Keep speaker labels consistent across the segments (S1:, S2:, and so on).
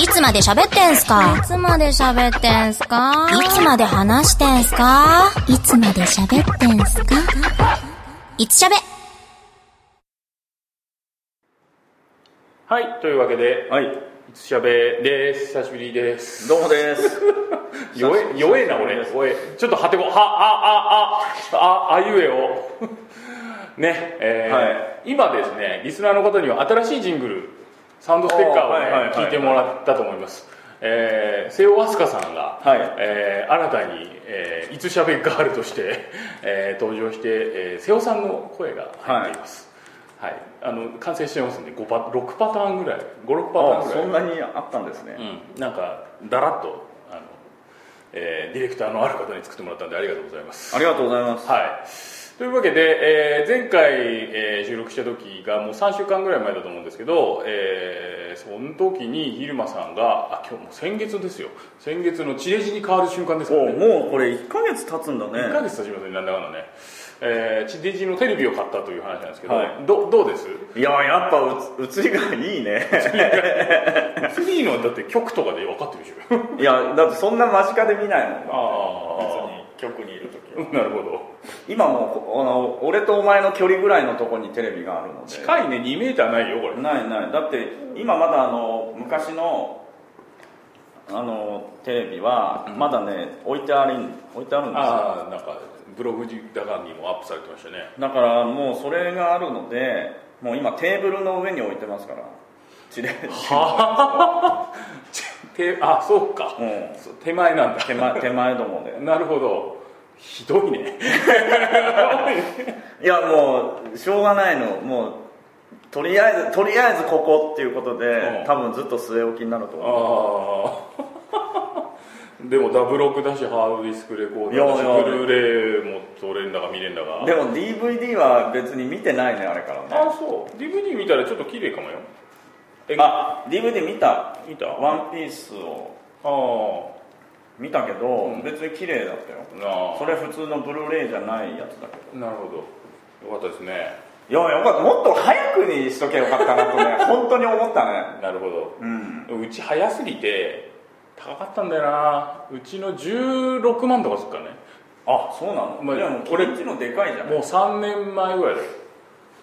S1: いつまで喋ってんすか
S2: いつまで喋ってんすか
S1: いつまで話してんすかいつまで喋ってんすかいつ喋
S3: はい、というわけで、
S4: はい
S3: いつしゃべです。久しぶりです。
S4: どうもです。
S3: 弱え、弱えな、俺。おいちょっとはてこ、は、あ、あ、あ、あ、あゆえを。 ね、えー今ですね、リスナーの方には新しいジングル、サウンドステッカーを
S4: あーはいはいはい
S3: ね、聞いてもらったと思います。えー、瀬尾飛鳥さんが、
S4: はい
S3: えー新たに、えーいつしゃべガールとして、 えー登場して、えー瀬尾さんの声が入っています、はいあの完成してますんで5パ6パターンぐらい56パター
S4: あ
S3: ンぐらい
S4: そんなにあったんですね。
S3: うん、なんかだらっとあの、えーディレクターのある方に作ってもらったんでありがとうございます、
S4: ありがとうございます。
S3: はい、というわけで、えー前回、えー収録した時がもう3週間ぐらい前だと思うんですけど、えーその時に入間さんがあ今日もう先月ですよ先月の地レジに変わる瞬間ですから
S4: お
S3: ね
S4: もうこれ1ヶ月経つんだ
S3: 1ヶ
S4: ね。
S3: 月経ちますねなんだかんだね、えー、地デジのテレビを買ったという話なんですけど、
S4: はい
S3: どどうです
S4: いややっぱうつ映りがいいね。
S3: フリーのはだって局とかで分かってるでし ょ
S4: いやだってそんな間近で見ないもん。
S3: あ
S4: 別に局にいる 時
S3: あなるほど
S4: 今もうあの俺とお前の距離ぐらいのとこにテレビがあるので。
S3: 近いね2メーターないよこれ
S4: ないないだって今まだあの昔のあのテレビはまだね、置いてあるん置いてあるんですよ。
S3: ああなんかブログだかにもアップされてましたね
S4: だからもうそれがあるのでもう今テーブルの上に置いてますから地で
S3: 手あそうか、
S4: うん
S3: そう手前なんだ
S4: 手前手前どもで
S3: なるほどひどいね
S4: いやもうしょうがないのもうとりあえずとりあえずここっていうこと
S3: う
S4: で
S3: ん
S4: 多分ずっと据え置きになると
S3: あ
S4: 思
S3: あでもダブロックだしハードディスクレコーダーだし
S4: いやいや
S3: ブルーレイも撮れんだか見れんだか
S4: うでも DVD は別に見てないねあれからね
S3: あそう DVD 見たらちょっと綺麗かもよえ
S4: あ DVD 見た
S3: 見たあ
S4: ワンピースを
S3: あ
S4: 見たけど、
S3: ん
S4: 別に綺麗だったよ
S3: なあ
S4: それ普通のブルーレイじゃないやつだけど
S3: なるほどよかったですね
S4: いやよかったもっと早くにしとけよかったな とね本当に思ったね
S3: なるほど
S4: うん
S3: うち早すぎて高かったんだよなうちの16万とかすっからね
S4: あそうなの、
S3: まあ
S4: でもこ
S3: 俺
S4: れっちのでかいじゃん
S3: もう3年前ぐらいだよ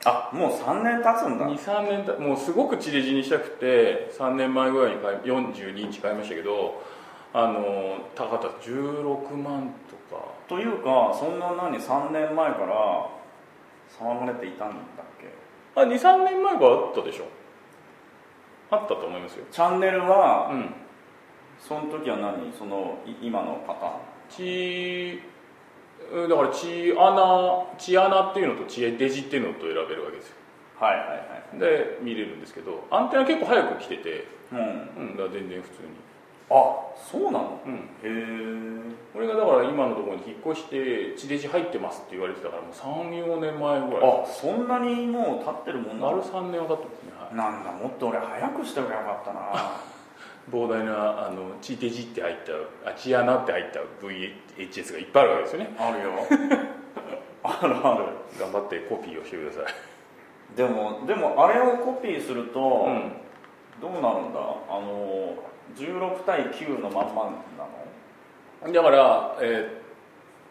S4: あもう3年経つんだ
S3: 23年たもうすごくチレジにしたくて3年前ぐらいに買い42インチ買いましたけどあの高かった16万とか
S4: というかそんな何3年前から騒がれていたんだっけ
S3: あ23年前があったでしょあったと思いますよ
S4: チャンネルは
S3: うん
S4: その時は何そのい今のパタ
S3: ちうんだからチアナチアナっていうのとチエデジっていうのと選べるわけですよ
S4: ーンはいは
S3: で見れるんですけどアンテナ結構早く来てて、
S4: いはいうん
S3: うん、だから全然普通に、
S4: あそうなの
S3: うん、
S4: へえ
S3: 俺がだから今のところに引っ越して地デジ入ってますって言われてたからもう34年前ぐらい
S4: あそんなにもう経ってるもんな
S3: 丸
S4: の
S3: 3年は経ってますね、は
S4: なんだもっと俺早くしておけばよかったな
S3: い、膨大なあの地デジって入ったあチアナって入った VHS がいっぱいあるわけですよね
S4: あるよあるある
S3: 頑張ってコピーをしてください、
S4: でもでもあれをコピーすると、
S3: うん、
S4: どうなるんだあの16対9のまんまなの
S3: だからえーっ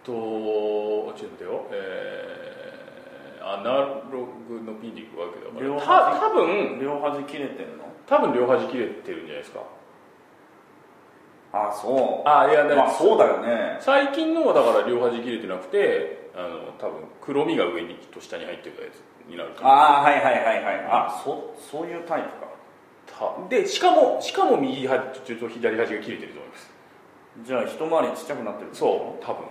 S3: とちょっと待ってよえーアナログのピンでいくわけだ
S4: 両
S3: から
S4: 端
S3: た多分
S4: 両端切れてんの
S3: 多分両端切れてるんじゃないですか
S4: あそう
S3: あいやだから
S4: まあそうだよね
S3: 最近のはだから両端切れてなくてあの多分黒みが上にと下に入ってるやつになると思う
S4: ああはいはいはいはいあそそういうタイプか
S3: たでしかもしかも右端と左端が切れてると思います
S4: じゃあ一回りちっちゃくなってる
S3: そう多分
S4: う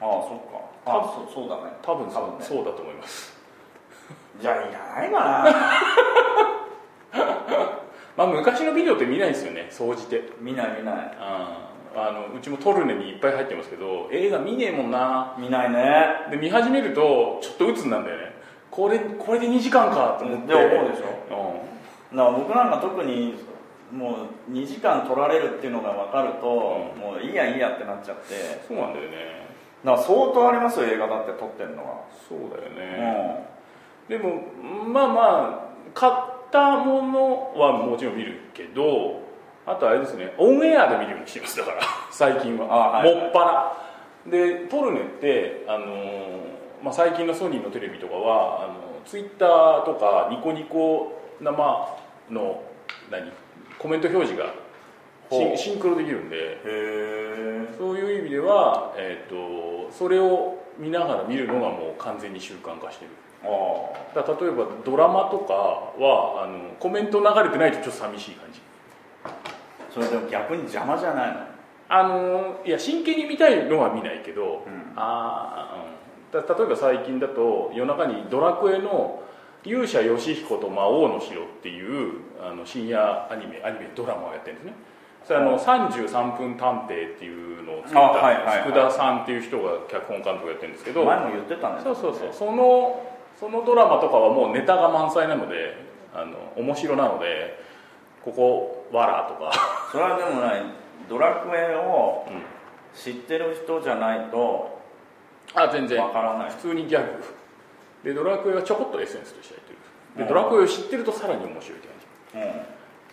S4: ああそっかあそそうだね
S3: 多分そう
S4: ね
S3: そうだと思います
S4: じゃあいらない かな
S3: まあ昔のビデオって見ないんですよね総じて
S4: 見ない見ない
S3: あーあのうちもトルネにいっぱい入ってますけど映画見ねえもんな
S4: 見ないね
S3: で見始めるとちょっと鬱になるんだよねこれこれで2時間かと思って
S4: で思うでしょ
S3: ょ、
S4: だから僕なんか特にもう2時間取られるっていうのが分かると、もういいやいいやってなっちゃって
S3: うん、そうなんだよね
S4: だから相当ありますよ映画だって撮ってるの
S3: そうだよね、
S4: が、うん
S3: でもまあまあ買ったものはもちろん見るけどあとあれですねオンエアで見るようにしてますだから 最近は、
S4: あはい
S3: もっぱらでポルネって、あのーまあ、最近のソニーのテレビとかはあのツイッターとかニコニコ生の何コメント表示がシ
S4: ほ
S3: ン
S4: う
S3: シンクロできるんで
S4: へ
S3: そういう意味では、えー、とそれを見ながら見るのがもう完全に習慣化してる
S4: えああ
S3: だから例えばドラマとかはあのコメント流れてないとちょっと寂しい感じ
S4: それでも逆に邪魔じゃないの
S3: あのいや真剣に見たいのは見ないけど、
S4: うん
S3: ああ、うんだ例えば最近だと夜中に「ドラクエ」の「勇者ヨシヒコと魔王の城」っていうあの深夜アニメアニメドラマをやってるんですねそれあの33分探偵っていうのを作った、
S4: あはいはいはい
S3: 福田さんっていう人が脚本監督やってるんですけど
S4: 前も言ってたね
S3: そうそうそうそのそのドラマとかはもうネタが満載なのであの面白なのでここ「わら」とか
S4: それはでもないドラクエを
S3: うん
S4: 知ってる人じゃないと
S3: あ全然
S4: わからない
S3: 普通にギャグでドラクエはちょこっとエッセンスとして入ってる
S4: う
S3: で
S4: ん
S3: ドラクエを知ってるとさらに面白いって感じ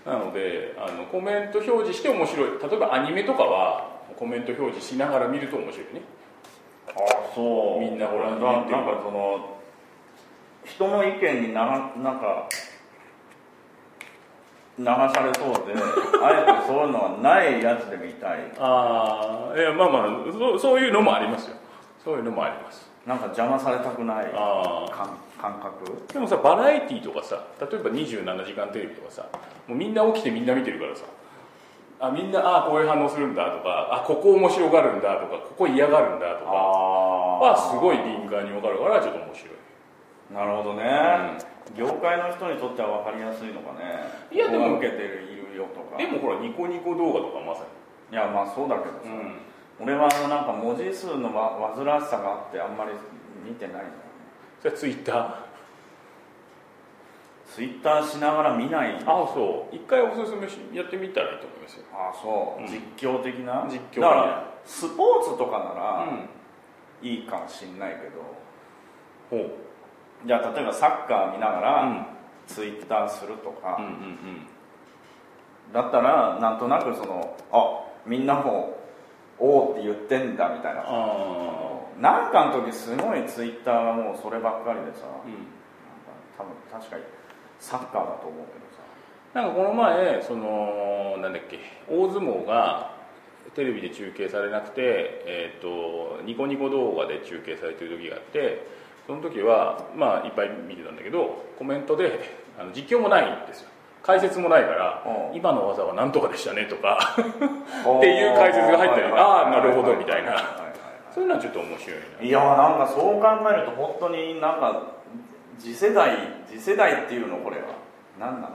S4: う
S3: なのであのコメント表示して面白い例えばアニメとかはコメント表示しながら見ると面白いね
S4: ああそう
S3: みんなほら
S4: な
S3: 言
S4: な
S3: っ
S4: ん
S3: てる
S4: かその人の意見にならなんか流されそう であえてそういうのはないやつで見たい
S3: ああいやまあまあそうそういうのもありますよそういうのもあります
S4: なんか邪魔されたくない
S3: ああ
S4: 感感覚
S3: でもさバラエティーとかさ例えば『27時間テレビ』とかさもうみんな起きてみんな見てるからさあみんなああこういう反応するんだとかあここ面白がるんだとかここ嫌がるんだとか
S4: あ
S3: はすごい敏感に分かるからちょっと面白い
S4: なるほどね、業界の人にとっては分かりやすいのかね
S3: いやでも
S4: ここは受けてるいるよとか
S3: でもほらニコニコ動画とかまさ
S4: いやまあそうだけどさ、
S3: に、うん、
S4: 俺はあのなんか文字数のわ煩わしさがあってあんまり見てないの
S3: それツイッターあ
S4: ツイッターしながら見ないあ
S3: あそう一回おすすめしやってみたらいいと思いますよ
S4: あそう、
S3: うん
S4: 実況的な
S3: 実況的な
S4: だからスポーツとかなら
S3: ん
S4: いいかもしんないけど、
S3: ほう
S4: じゃあ例えばサッカー見なが
S3: う
S4: ら
S3: ん
S4: ツイッターするとか、
S3: うんうんうん
S4: だったらなんとなくそのあみんなもおおって言ってんだみたいな
S3: ああ
S4: なんかの時すごいツイッターがもうそればっかりでさ、
S3: うん
S4: 多分確かにサッカーだと思うけどさ
S3: なんかこの前そのなんだっけ大相撲がテレビで中継されなくて、えー、とニコニコ動画で中継されてる時があってその時はまあいっぱい見てたんだけどコメントであの実況もないんですよ解説もないから「
S4: うん
S3: 今の技はなんとかでしたね」とか っていう解説が入ったりああなるほどみたいな
S4: はは
S3: そういうのはちょっと面白い
S4: いいやなんかそう考えると本当になんか次世代次世代っていうのこれは何なの
S3: な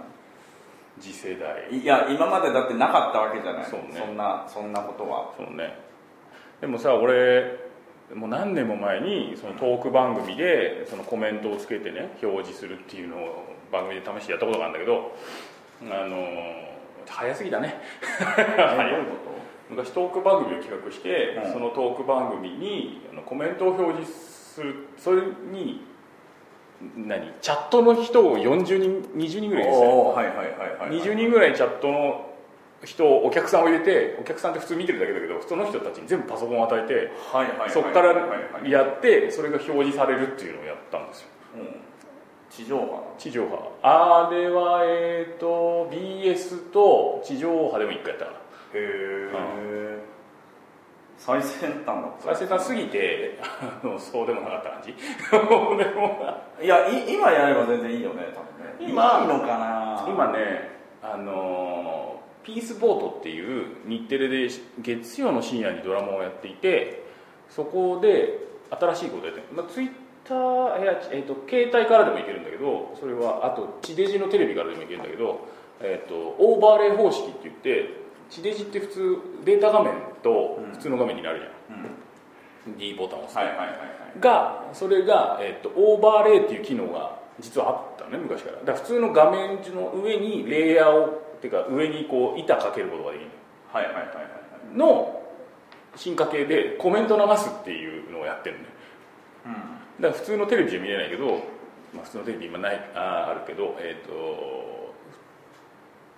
S3: 次世代
S4: いや今までだってなかったわけじゃない
S3: そうね
S4: んなそんなことは
S3: そうねでもさ俺もう何年も前にそのトーク番組でそのコメントをつけてね表示するっていうのを番組で試してやったことがあるんだけどあの早すぎだね
S4: どう
S3: 早
S4: い
S3: いう
S4: こ
S3: 昔トーク番組を企画して、
S4: うん
S3: そのトーク番組にあのコメントを表示するそれに何チャットの人を40人20人ぐ
S4: と
S3: らいですね
S4: おーはいはいはいはい
S3: 20人ぐらいチャットの人をお客さんを入れてお客さんって普通見てるだけだけどその人たちに全部パソコンを与えて
S4: はいはいはい
S3: そこか
S4: はいはいは
S3: ら
S4: い
S3: やってそれが表示されるっていうのをやったんですよ
S4: うん地上波
S3: 地上波あれはえっ、と BS と地上波でも1回やったかな
S4: へえ最先端だった
S3: 最先端すぎてあのそうでもなかった感じ そうでもない
S4: やい今やれば全然いいよね多分ね
S3: 今
S4: いいのかな
S3: 今ねあのーピースボートっていう日テレで月曜の深夜にドラマをやっていてそこで新しいことやってる、まあ、ツイッターいや、えー、と携帯からでもいけるんだけどそれはあと地デジのテレビからでもいけるんだけど、えー、とオーバーレイ方式って言って地デジって普通データ画面と普通の画面になるじゃん、
S4: うん、
S3: D ボタンを押すと、
S4: はいはいはいはい
S3: がそれが、えっとオーバーレイっていう機能が実はあったのね昔からだから普通の画面の上にレイヤーをっていうか上にこう板かけることができる
S4: はいはいはいはい
S3: のの進化系でコメント流すっていうのをやってるのね
S4: うん
S3: だから普通のテレビじゃ見れないけどまあ、普通のテレビ今ないあーあるけど、えー、と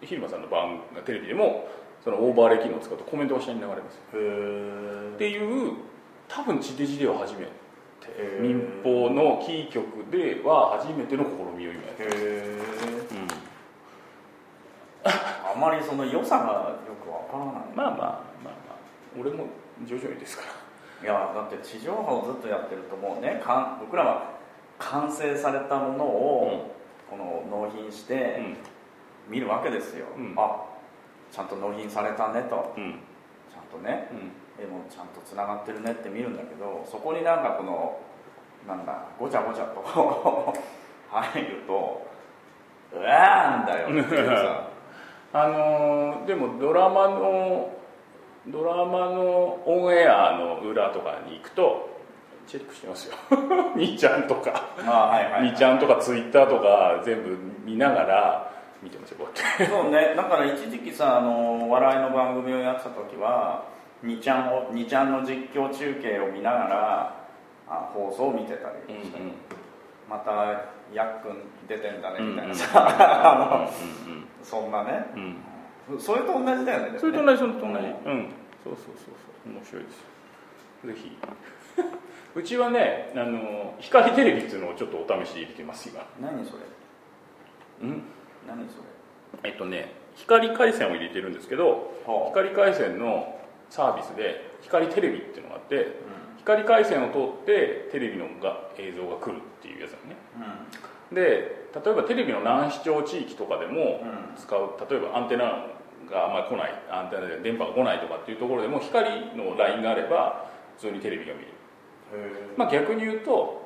S3: 昼間さんの番テレビでもそのオーバーレイ機能を使うとコメントが下に流れますっ
S4: へ
S3: ていう多分地デジでは初めて
S4: え
S3: 民放のキー局では初めての試みを今やってる、
S4: へえあまりその良さがよくわからない
S3: まあまあまあまあ俺も徐々にですから
S4: いやだって地上波をずっとやってるともうねかん僕らは完成されたものを、この納品して
S3: うん
S4: 見るわけですよ、
S3: うん
S4: あちゃんと納品されたねと
S3: うん
S4: ちゃんとね
S3: うん
S4: 絵もちゃんとつながってるねって見るんだけどそこになんかこのなんだごちゃごちゃと入るとうわーんだよっていうさ
S3: あのーでもドラマのドラマのオンエアの裏とかに行くとチェックしてますよ 兄ちゃんとか
S4: まあはいはい、はい、
S3: 兄ちゃんとかツイッターとか全部見ながら見てますよこうやって
S4: そうねだから一時期さあの笑いの番組をやってた時は2ちゃんを2ちゃんの実況中継を見ながらあ放送を見てたりして、またやっくん出てんだねみたいなさ、あのそんなね
S3: うんうん
S4: それと同じだよね
S3: それと同じそれと同じ、う
S4: う
S3: んん、そうそうそうそう面白いですよぜひ うちはねあの光テレビっていうのをちょっとお試しで入れてます今
S4: 何それ
S3: うん
S4: 何それ
S3: えっとね光回線を入れてるんですけど、
S4: はあ
S3: 光回線のサービスで光テレビっていうのがあって、光回線を通ってテレビのが映像が来るっていうやつだね
S4: うん
S3: で例えばテレビの難視聴地域とかでも
S4: うん
S3: 使う、例えばアンテナがあんまり来ないアンテナで電波が来ないとかっていうところでも光のラインがあれば普通にテレビが見れる、
S4: へ
S3: まあ、逆に言うと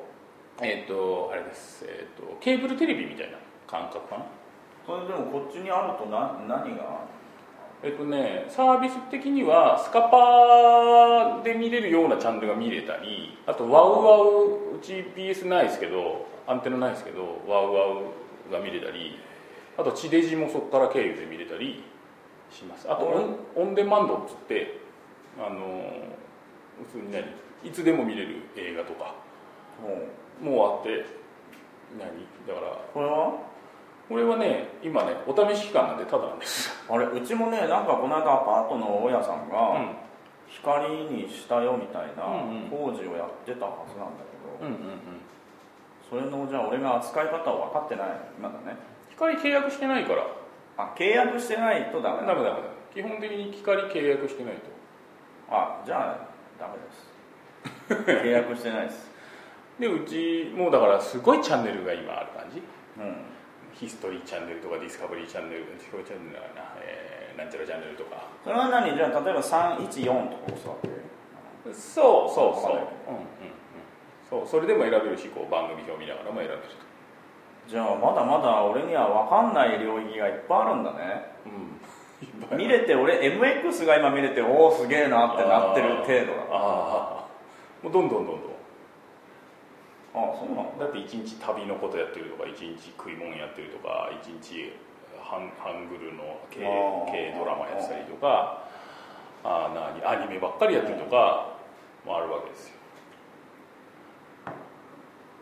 S3: えっ、とあれです、えっとケーブルテレビみたいな感覚かな
S4: それでもこっちにあるとな何が
S3: えっとね、サービス的にはスカパーで見れるようなチャンネルが見れたりあとワウワウうち BS ないですけどアンテナないですけどワウワウが見れたりあと地デジもそこから経由で見れたりしますあとオンオンデマンドっつってあの普通に何いつでも見れる映画とか
S4: もう
S3: もうあって何だから
S4: これは
S3: これはね今ねお試し期間なんでただなんです、
S4: あれうちもねなんかこの間アパートの大家さんが、光にしたよみたいな
S3: うんうん
S4: 工事をやってたはずなんだ
S3: う
S4: けど、
S3: んうんうん
S4: それのじゃあ俺が扱い方を分かってないまだね
S3: 光契約してないから
S4: あ契約してないとダメ
S3: ダメ
S4: だ
S3: ダメダメ基本的に光契約してないと
S4: あじゃあダメです契約してないです
S3: でうちもうだからすごいチャンネルが今ある感じ
S4: うん
S3: ヒストリーチャンネルとかディスカバリーチャンネルディスカバリーチャンネルだからな、えーなんちゃらチャンネルとか
S4: それは何じゃあ例えば314とか押すわけ
S3: そうそう
S4: そ
S3: う
S4: う
S3: んうんうんそうそれでも選べるしこう番組表見ながらも選べると
S4: じゃあまだまだ俺には分かんない領域がいっぱいあるんだね
S3: うんいっぱい
S4: 見れて俺 MX が今見れておおすげえなってなってる程度だ
S3: ああもうどんどんどんどん
S4: あそうなん
S3: だ
S4: だ
S3: って一日旅のことやってるとか一日食い物やってるとか一日ハンハングルの系
S4: あー
S3: 系ドラマやってたりとかあー何アニメばっかりやってるとかもあるわけですよ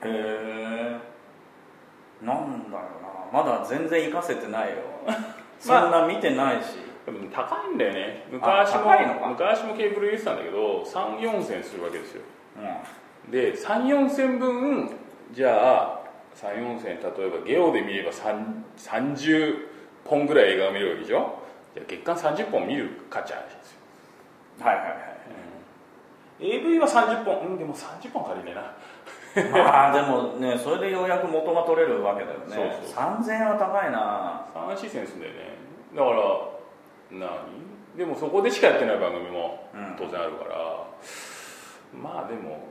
S4: へえなんだよなまだ全然活かせて ないよそんな見てないし、
S3: でもね高いんだよね昔
S4: あ高いのか
S3: も昔もケーブル入れてたんだけど34千するわけですよ
S4: う
S3: で34千分じゃあ34千例えばゲオで見れば3 30本ぐらい映画が見れるわけでしょじゃあ月間30本見る価値あるんですよ
S4: ん、はい はい
S3: うん AV は30本うんでも30本足りねえな
S4: はいまあでもねそれでようやく元が取れるわけだよね
S3: そうそう
S4: 3000円は高いな
S3: 3四センスだよねだから何でもそこでしかやってない番組も
S4: うん
S3: 当然あるから、まあでも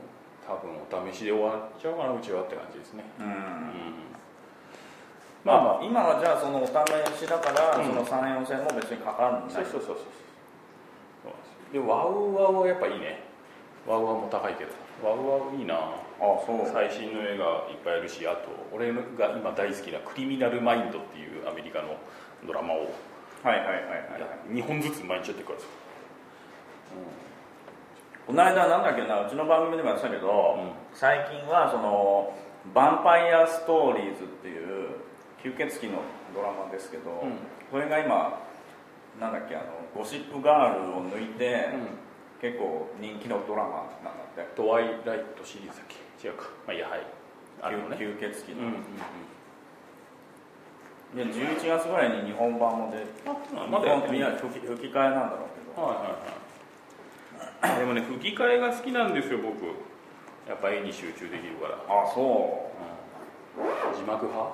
S3: 多分お試しで終わっちゃうかなうちはって感じですね
S4: う
S3: うん
S4: ん
S3: まあまあ
S4: 今はじゃあそのお試しだから、
S3: うん
S4: その3 4 0も別にかかんな
S3: そう
S4: い
S3: そうそうそうそうなんですよでワウワウはやっぱいいねワウワウも高いけどワウワウいいな
S4: あそう
S3: 最新の映画いっぱいあるしあと俺が今大好きな「クリミナル・マインド」っていうアメリカのドラマを
S4: はいはいはいはいはい
S3: 2本ずつ毎日やってるからさ
S4: この間なんだっけなうちの番組でもやってたけど、
S3: うん
S4: 最近はその「ヴァンパイア・ストーリーズ」っていう吸血鬼のドラマですけど、
S3: うん
S4: これが今なんだっけあのゴシップガールを抜いて、結構人気のドラマなんだって
S3: ドワイライトシリーズだっけ違うかまあいやはいあれもね
S4: 吸吸血
S3: う
S4: 鬼
S3: んうん
S4: の
S3: うん、
S4: で11月ぐらいに日本版も出て
S3: あそうなのまだやって
S4: い
S3: る
S4: や吹き吹き替えなんだろうけど
S3: はいはいはいでもね吹き替えが好きなんですよ僕やっぱ絵に集中できるから、
S4: あそ
S3: うん、字幕派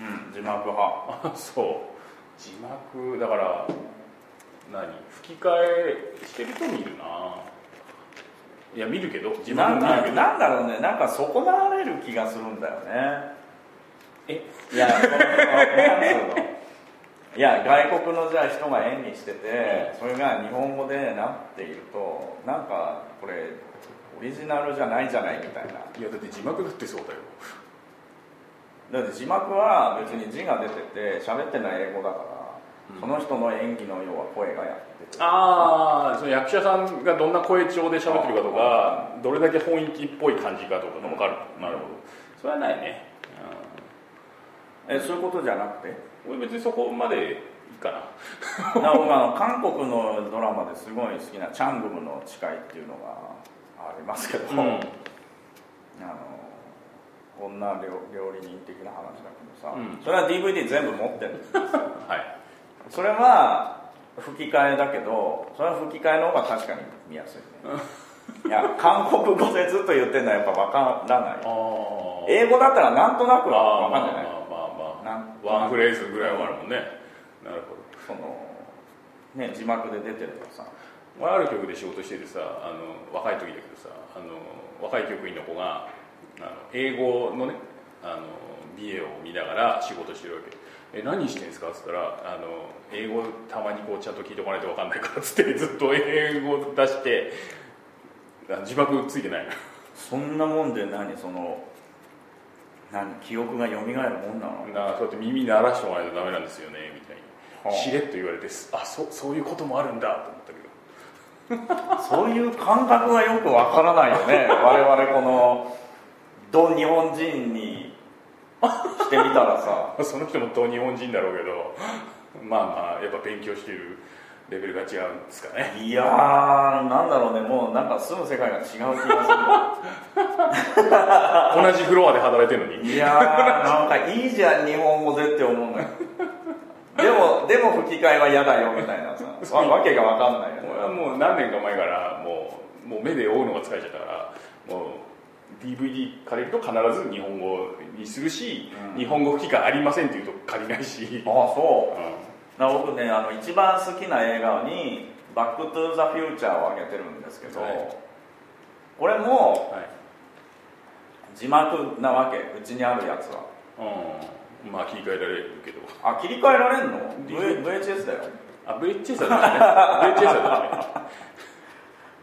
S4: う、うん、字幕派
S3: あ そう字幕だから何吹き替えしてると見るないや見るけど字
S4: な
S3: 幕
S4: ん
S3: も見るけど
S4: なんだろうねなんか損なわれる気がするんだよね
S3: え
S4: いやこのなんつうのいや外国のじゃあ人が演技しててそれが日本語でなっているとなんかこれオリジナルじゃないじゃないみたいない
S3: やだって字幕だってそうだよ
S4: だって字幕は別に字が出てて喋ってない英語だから、
S3: うん
S4: その人の演技の要は声がやってて
S3: ああその役者さんがどんな声調で喋ってるかとかどれだけ本域っぽい感じかとかが分かる、なるほどそれはないね、
S4: えそういうことじゃなくて
S3: うん、俺別にそこまでいいかな
S4: なおあの韓国のドラマですごい好きな「チャングムの誓い」っていうのがありますけど、
S3: うんうん
S4: あの女料料理人的な話だけどさ、
S3: うん
S4: それは DVD 全部持ってるんですよ
S3: はい
S4: それは吹き替えだけどそれは吹き替えの方が確かに見やすいねいや韓国語でずっと言ってるのはやっぱ分からない
S3: ああ
S4: 英語だったらなんとなく
S3: ま
S4: は
S3: あ
S4: 分
S3: まあま
S4: かんじゃ
S3: あ
S4: ない
S3: まあま
S4: なん
S3: あワンフレーズぐらいはあるもんねなるほど
S4: そのね字幕で出てるとさ
S3: 俺ある曲で仕事しててさあの若い時だけどさあの若い局員の子があの英語のねあのビデオを見ながら仕事してるわけ「え何してんすか?」っつったらあの「英語たまにこうちゃんと聞いておかないと分かんないから」っつってず っと英語出してあ字幕ついてない の
S4: そんなもんで何その何記憶が蘇るもんなの
S3: なそうやって耳鳴らしておかないとダメなんですよねみたいに、
S4: はあ
S3: しれっと言われてすあそそういうこともあるんだと思ったけど
S4: そういう感覚がよくわからないよね 我々このど日本人にしてみたらさ
S3: その人も当日本人だろうけど まあまあやっぱ勉強してるレベルが違うんですかね
S4: いやーなんだろうねもうなんか住む世界が違う気が
S3: 同じフロアで働いてるの
S4: す
S3: に
S4: る いやーなんかいいじゃん日本語でって思うんだよでもでも吹き替えは嫌だよみたいなさわわけがわかんないよね
S3: 俺はもう何年か前からもうもう目で追うのが疲れちゃったからもう DVD 借りると必ず日本語にするし、
S4: うん
S3: 日本語吹き替えありませんっていうと借りないし、 うん
S4: ああそうな僕ねあの一番好きな映画に「バック・トゥ・ザ・フューチャー」を挙げてるんですけど、
S3: はい
S4: これも
S3: はい
S4: 字幕なわけうちにあるやつは
S3: うん、まあ切り替えられるけ ど
S4: あ切り替えられんの
S3: リ
S4: v VHS だよ
S3: あ VHS はダメね VHS はダメ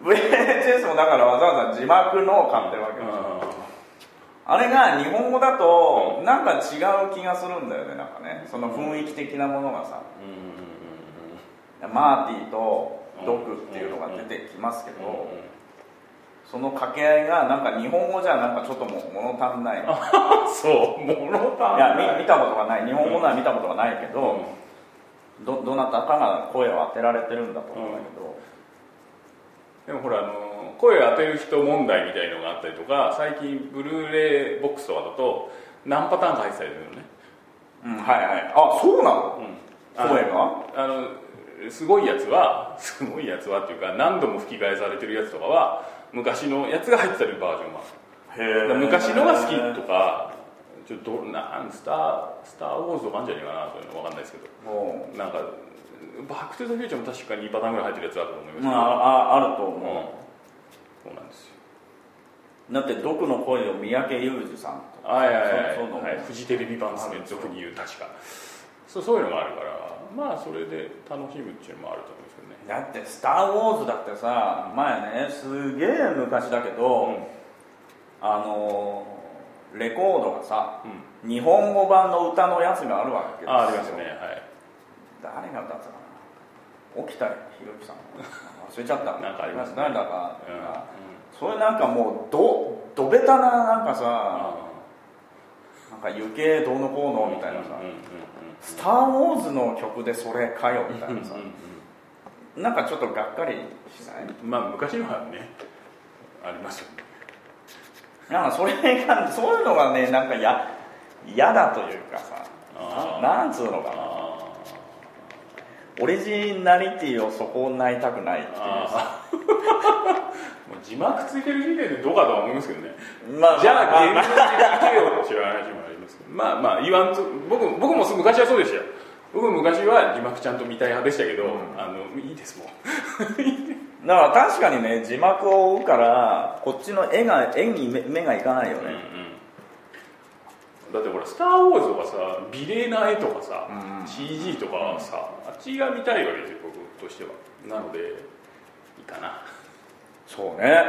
S4: VHS もだからわざわざ字幕のを買ってるわけ、あれが日本語だとなんか違う気がするんだよねなんかねその雰囲気的なものがさ
S3: うんうんうんうん
S4: マーティとドクっていうのが出てきますけど、
S3: うんうん
S4: その掛け合いがなんか日本語じゃなんかちょっともう物足んない
S3: そう、モノタ
S4: いや見見たことがない日本語のは見たことがないけど、どどなたかが声を当てられてるんだと思うんだけ
S3: で
S4: ど、
S3: もほら、あの声を当てる人問題みたいのがあったりとか、最近、ブルーレイボックスとかだと、何パターンか入ってたりするのね、
S4: うんはいはいあそうなの、
S3: あの
S4: 声が
S3: あの、すごいやつは、 すごいやつはっていうか、何度も吹き替えされてるやつとかは、昔のやつが入ってたりバージョンもあるだから昔のが好きとか、ちょっとどなんスター、スター・ウォーズとかあるんじゃないかな、そういうの分かんないですけど、
S4: も
S3: なんか、バック・トゥ・ザ・フューチャーも確か2パターンぐらい入ってるやつだと思いますけ
S4: う
S3: ど
S4: まあああると
S3: うん
S4: 思
S3: そうなんですよ
S4: う、だって毒の声を三宅裕二さんとか
S3: はいはいはい
S4: そうそう
S3: はいフジテレビ版ですね
S4: あそう
S3: 俗に言う確かそうそういうのがあるからまあそれで楽しむっていうのもあると思うんですけどね
S4: だって「スター・ウォーズ」だってさ前ねすげえ昔だけど、あのーレコードがさ
S3: うん
S4: 日本語版の歌のやつがあるわけですよ
S3: ああありますねはい
S4: 誰が歌ってたかな沖田博之さん忘れちゃった
S3: なんかありますね
S4: なんだか、
S3: うんうん
S4: それなんかもうどどべたななんか
S3: あ
S4: さか湯気どうのこうのみたいなさ
S3: うんうんうん
S4: 「スター・ウォーズ」の曲でそれかよみたいなさ
S3: うんうん
S4: なんかちょっとがっかりしない
S3: うんまあ昔のはねありますよね
S4: なんかそれがそういうのがねなんかや嫌だというかさ
S3: あー
S4: ななんつうのかな
S3: あー
S4: オリジナリティを損ないたくないっていうさ
S3: あーもう字幕ついてる時点でどうかとは思いますけどね
S4: まあ
S3: じゃあ
S4: ま
S3: 現実的だよっていう話もありますけどまあまあ言わんと僕僕も昔はそうでしたよ僕昔は字幕ちゃんと見たい派でしたけど、あのいいですもん
S4: だから確かにね字幕を追うからこっちの絵が絵に目目がいかないよね、
S3: だってほら「スター・ウォーズ」とかさ美麗な絵とかさ、
S4: うん
S3: CG とかはさあっちが見たいわけですよ僕としてはなのでいいかな
S4: そうね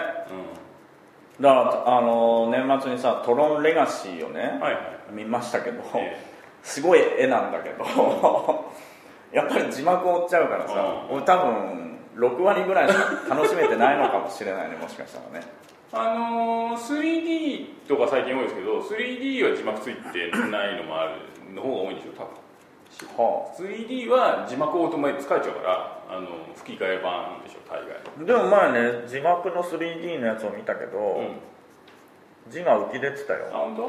S3: う
S4: だからあの年末にさ「トロンレガシー」をね、
S3: んはいはい
S4: 見ましたけど、
S3: え
S4: すごい絵なんだけど やっぱり字幕を追っちゃうからさ、
S3: うん
S4: 俺多分6割ぐらいしか楽しめてないのかもしれないねもしかしたらね
S3: あのー、3D とか最近多いですけど 3D は字幕ついてないのもあるの方が多いんでしょ多分
S4: は
S3: 3D は字幕をと前に使えちゃうからあの吹き替え版でしょ大概
S4: あでも前ね字幕の 3D のやつを見たけど、
S3: うん
S4: 字が浮き出てた
S3: あ
S4: よ
S3: 本当？う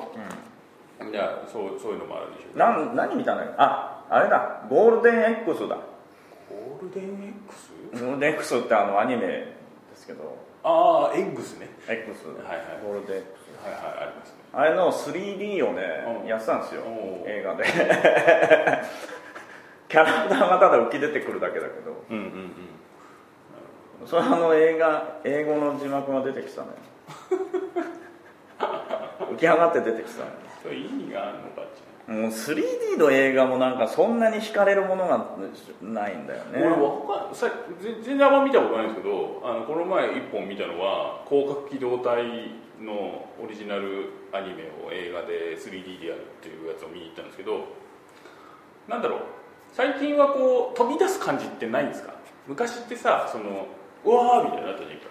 S3: んじゃあそうそういうのもあるでしょ
S4: なん何見たのよああれだゴールデン X だ
S3: ゴールデン X?
S4: ゴールデン X ってあのアニメですけど
S3: ああエッグスね
S4: X、
S3: はいはい
S4: ゴールデン X
S3: はいはいありますね
S4: あれの 3D をね、
S3: うん
S4: やってたんですよ
S3: おう
S4: 映画で キャラクターがただ浮き出てくるだけだけど
S3: うんうんうん
S4: それあの映画英語の字幕が出てきた ね浮き上がって出てきたね
S3: それ意味があるのかって
S4: もう 3D の映画もなんかそんなに惹かれるものがないんだよね
S3: 俺わかんさ全全然あんま見たことないんですけどあのこの前一本見たのは「広角機動隊」のオリジナルアニメを映画で 3D でやるっていうやつを見に行ったんですけどなんだろう最近はこう飛び出す感じってないんですか昔ってさそのうわーみたいになったじゃんか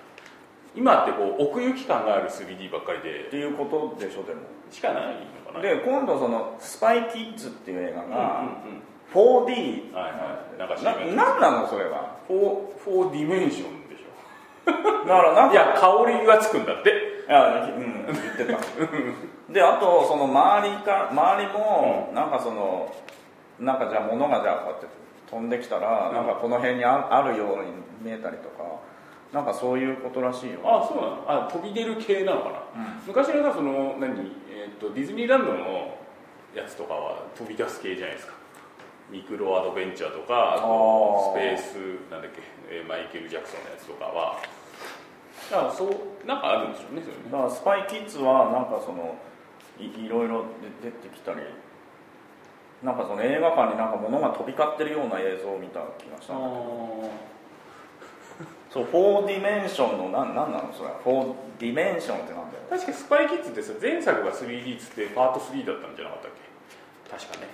S3: 今ってこう奥行き感がある 3D ばっかり
S4: っ
S3: で
S4: ていうことでしょでも
S3: しかないのかな
S4: で今度その「スパイキッズ」っていう映画
S3: うんうん
S4: が 4D
S3: うんはいはいなんか
S4: な
S3: CM
S4: なんなのそれは
S3: 4, 4ディメンションでしょ
S4: だからなんか
S3: いや香りがつくんだって
S4: いやうん言っ てたであとその周りか周りもなんかそのなんかじゃあ物がじゃあこうやって飛んできたら
S3: うん
S4: なんかこの辺にああるように見えたりとかなんかそういうことらしいよ
S3: あそうなのあ飛び出る系なのかな、昔のさその何、えー、とディズニーランドのやつとかは飛び出す系じゃないですかミクロアドベンチャーとかあとス
S4: あ
S3: ペ
S4: ー
S3: ースなんだっけ、えーマイケル・ジャクソンのやつとかはだからそうなんかあるんでしょうねそれね
S4: だからスパイキッズはなんかそのいいろいろ出てきたりなんかその映画館になんか物が飛び交ってるような映像を見た気がしたそう4ディメンションのなんなんなのそれ4ディメンションってなんだよ
S3: 確かスパイキッズってさ前作が 3D っつってパート3だったんじゃなかったっけ確かね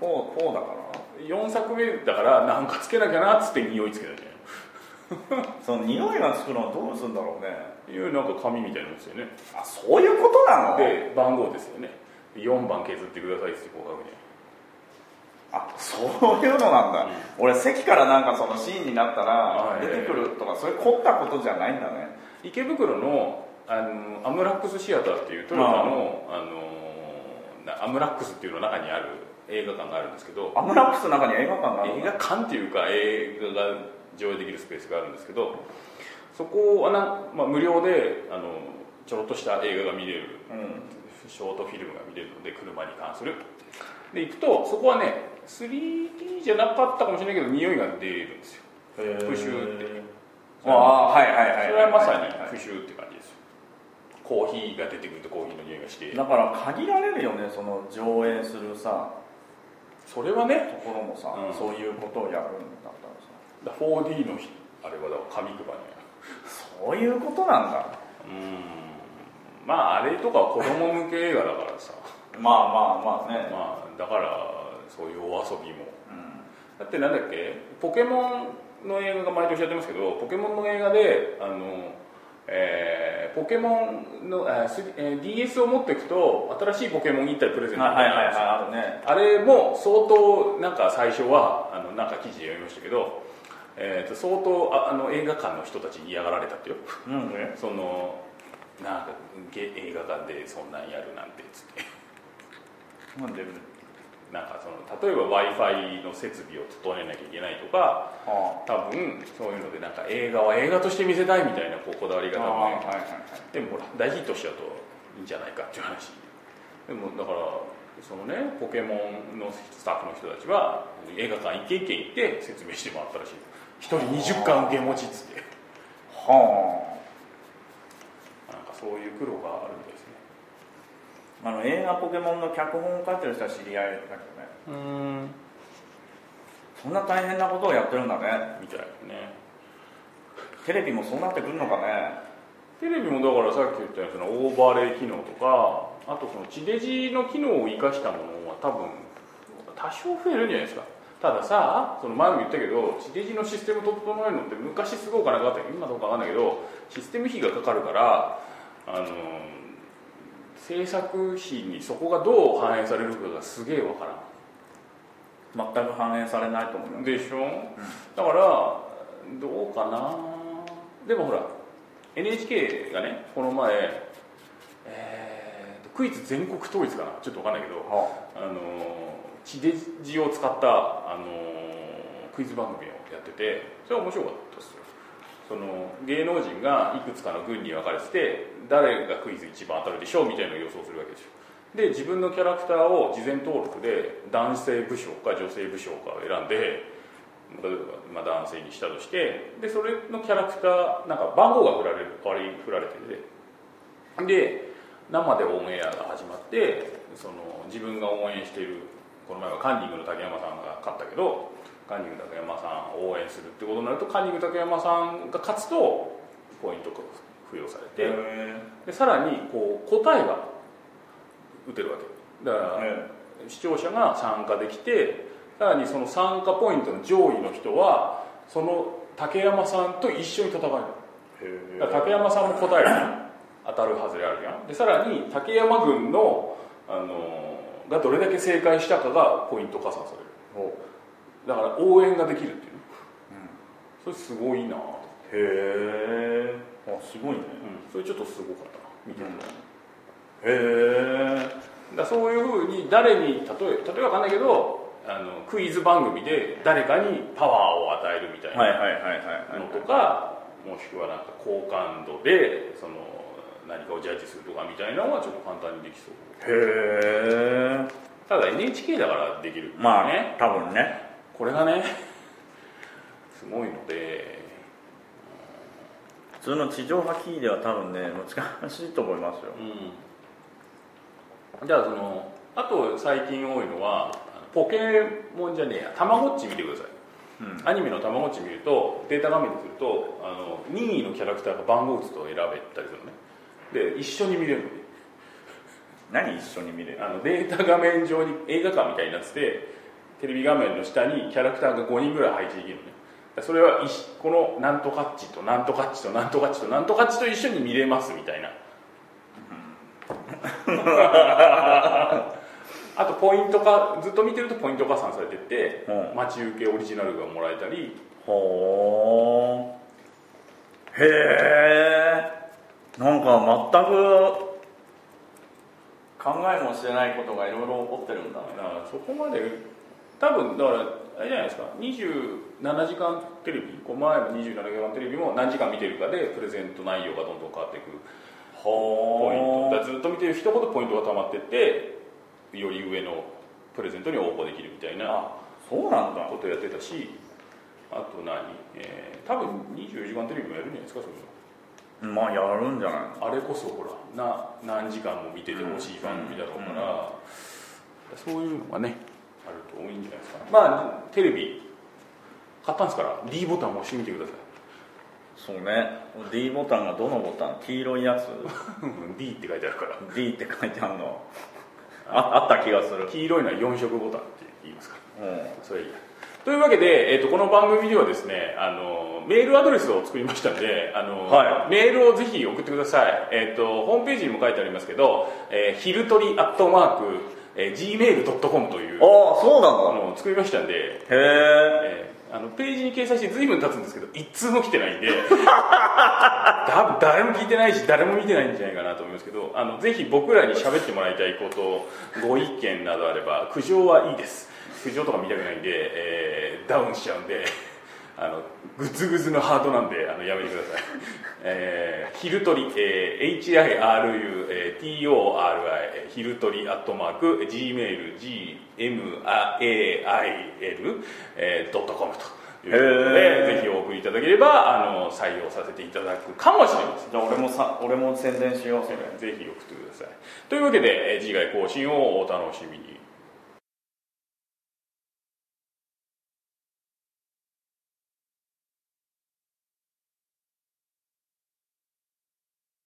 S4: 4, 4だから
S3: 4作目だからなんかつけなきゃなっつって匂いつけたんじゃないの
S4: その匂いがつくのはどうするんだろうね
S3: いやなんか紙みたいなもんですよね
S4: あそういうことなの
S3: で番号ですよね4番削ってくださいってこう書くじ
S4: あそういうのなんだ、
S3: うん
S4: 俺席からなんかそのシーンになったら
S3: はい
S4: 出てくるとかそれ凝ったことじゃないんだね
S3: ゃん池袋のあのアムラックスシアターっていうトヨタのあのなアムラックスっていうの中にある映画館があるんですけど
S4: アムラックスの中に映画館がある
S3: 映
S4: の
S3: 画館っていうか映画が上映できるスペースがあるんですけどそこはなん、まあ、無料であのちょろっとした映画が見れる
S4: うん
S3: ショートフィルムが見れるので車に関するで行くとそこはね 3D じゃなかったかもしれないけど匂いが出るんですよ
S4: 復
S3: シュ
S4: ってああはいはいはい
S3: それはまさに
S4: は
S3: 復
S4: い
S3: 讐って感じですよコーヒーが出てくるとコーヒーの匂いがして
S4: だから限られるよねその上映するさ
S3: それはね
S4: ところもさ、
S3: うん
S4: そういうことをやるんだったらさ
S3: だ 4D の日あれはだから紙配り
S4: そういうことなんだ
S3: やうんまああれとかは子供向け映画だからさ
S4: まあまあまあね、
S3: まあだからそういうお遊びも
S4: うん
S3: だってなんだっけポケモンの映画が毎年やってますけどポケモンの映画であのえーポケモンの、あすえー DS を持っていくと新しいポケモン一体プレゼント
S4: はい
S3: みた
S4: はいい
S3: なの
S4: は
S3: が
S4: い
S3: あるんですよ
S4: ある
S3: あ
S4: ね
S3: れも相当なんか最初はあのなんか記事で読みましたけど、えーと相当ああの映画館の人たちに嫌がられたってよ
S4: うんね
S3: そのなんかげ映画館でそんなんやるなんてっつって
S4: なんで
S3: なんかその例えば w i f i の設備を整えなきゃいけないとか
S4: あ
S3: 多分そういうのでなんか映画は映画として見せたいみたいなこうこだわり
S4: あ
S3: 方
S4: は
S3: も
S4: い
S3: ね
S4: はいはい
S3: でもほら大ヒットしちゃうといいんじゃないかっていう話でもだからそのねポケモンのスタッフの人たちは映画館一軒一軒行って説明してもらったらしい1人20巻受け持ちっつって
S4: は
S3: なんかそういう苦労があるみたいですね
S4: ああの映画「ポケモン」の脚本を書いてる人は知り合いだ
S3: う
S4: けどね
S3: ん
S4: そんな大変なことをやってるんだね
S3: みたいなね
S4: テレビもそうなってくるのかね
S3: テレビもだからさっき言ったようにそのオーバーレイ機能とかあとその地デジの機能を生かしたものは多分多少増えるんじゃないですかたださその前も言ったけど地デジのシステム整えるのって昔すごいお金かかったけど今どうかわかんないけどシステム費がかかるからあの制作費にそこがどう反映されるかがすげえわからん
S4: 全く反映されないと思うよ
S3: でしょ、だからどうかなでもほら NHK がねこの前、えーとクイズ全国統一かなちょっとわかんないけど
S4: は
S3: あの地デジを使ったあのクイズ番組をやっててそれは面白かったですよその芸能人がいくつかの軍に分かれてて誰がクイズ一番当たるでしょうみたいなのを予想するわけですよで自分のキャラクターを事前登録で男性武将か女性武将かを選んで例えば、まあ、男性にしたとしてでそれのキャラクターなんか番号が振られる代わりに振られててで生でオンエアが始まってその自分が応援しているこの前はカンニングの竹山さんが勝ったけどカンニング竹山さんを応援するってことになるとカンニング竹山さんが勝つとポイントが付与され
S4: いへ
S3: てでさらにこう答えが打てるわけだから、
S4: え
S3: 視聴者が参加できてさらにその参加ポイントの上位の人はその竹山さんと一緒に戦える
S4: へ
S3: だから竹山さんも答えるじゃん当たるはずであるじゃんでさらに竹山軍の、あのーがどれだけ正解したかがポイント加算される
S4: お
S3: だから応援ができるっていう、それすごいなと、
S4: へえあすごいね
S3: それちょっとすごかったな見てて、
S4: うんへえ
S3: だからそういうふうに誰に例え例えばわかんないけどあのクイズ番組で誰かにパワーを与えるみたい
S4: はい
S3: な
S4: はいはいはい
S3: のとか、もしくはなんか好感度でその何かをジャッジするとかみたいなのはちょっと簡単にできそう
S4: へえ
S3: ただ NHK だからできる、
S4: まあ
S3: ね
S4: ね多分ね
S3: これがねすごいので
S4: 普通の地上波キーでは多分ね難しいと思いますよ
S3: うんじゃあそのあと最近多いのはあのポケモンじゃねえやたまごっち見てください
S4: うん
S3: アニメのたまごっち見るとデータ画面にするとあの任意のキャラクターが番号打つと選べたりするのねで一緒に見れるのね
S4: 何一緒に見れる
S3: あのデータ画面上に映画館みたいになっててテレビ画面の下にキャラクターが5人ぐらい配置できるのねだからそれは一緒このなんとかっちとなんとかっちとなんとかっちとなんとかっちと一緒に見れますみ たいなあとポイントかずっと見てるとポイント加算されてって、
S4: うん
S3: 待ち受けオリジナルがもらえたり
S4: ほーへえなんか全く考えもしてないことがいろいろ起こってるんだね
S3: だからそこまで多分だからあれじゃないですか27時間テレビこう前の27時間テレビも何時間見てるかでプレゼント内容がどんどん変わっていくポイントだ
S4: ほ
S3: からずっと見てる人ほどポイントが溜まってってより上のプレゼントに応募できるみたいな
S4: そうなんだ
S3: ことをやってたしあと何、えー多分24時間テレビもやるんじゃないですかそういうの
S4: まあやるんじゃないの
S3: あれこそほらな何時間も見ててほしい番組だろうから、そういうのがねあると多いんじゃないですかまあテレビ買ったんですから D ボタンを押してみてくださ
S4: そうね D ボタンがどのボタン黄色い やつ
S3: いうん D って書いてあるから
S4: D って書いてあるのああった気がする
S3: 黄色いのは4色ボタンって言いますから
S4: うん
S3: それいいやというわけで、えー、とこの番組ではですねあのメールアドレスを作りましたんであの、
S4: はい
S3: メールをぜひ送ってください、えー、とホームページにも書いてありますけど「えー、ひるとり」「アットマーク」えー「gmail.com」という
S4: あそうな
S3: あ
S4: ん
S3: の作りましたんで、
S4: だへえ
S3: えーあのページに掲載して随分経つんですけど一通も来てないんでだ誰も聞いてないし誰も見てないんじゃないかなと思いますけどあのぜひ僕らに喋ってもらいたいことご意見などあれば苦情はいいです苦情とか見たくないんで、えーダウンしちゃうんで あのグズグズのハートなんであのやめてください、 えー、昼鳥、えー HIRUTORI、えー昼鳥アットマーク GmailGMAIL.com、えー .com ということ
S4: へ
S3: で
S4: ー
S3: ぜひお送りいただければあの採用させていただくかもしれません
S4: じゃあ俺もさ俺も宣伝しようそれ
S3: ぜひ送ってくださいというわけでえー次回更新をお楽しみに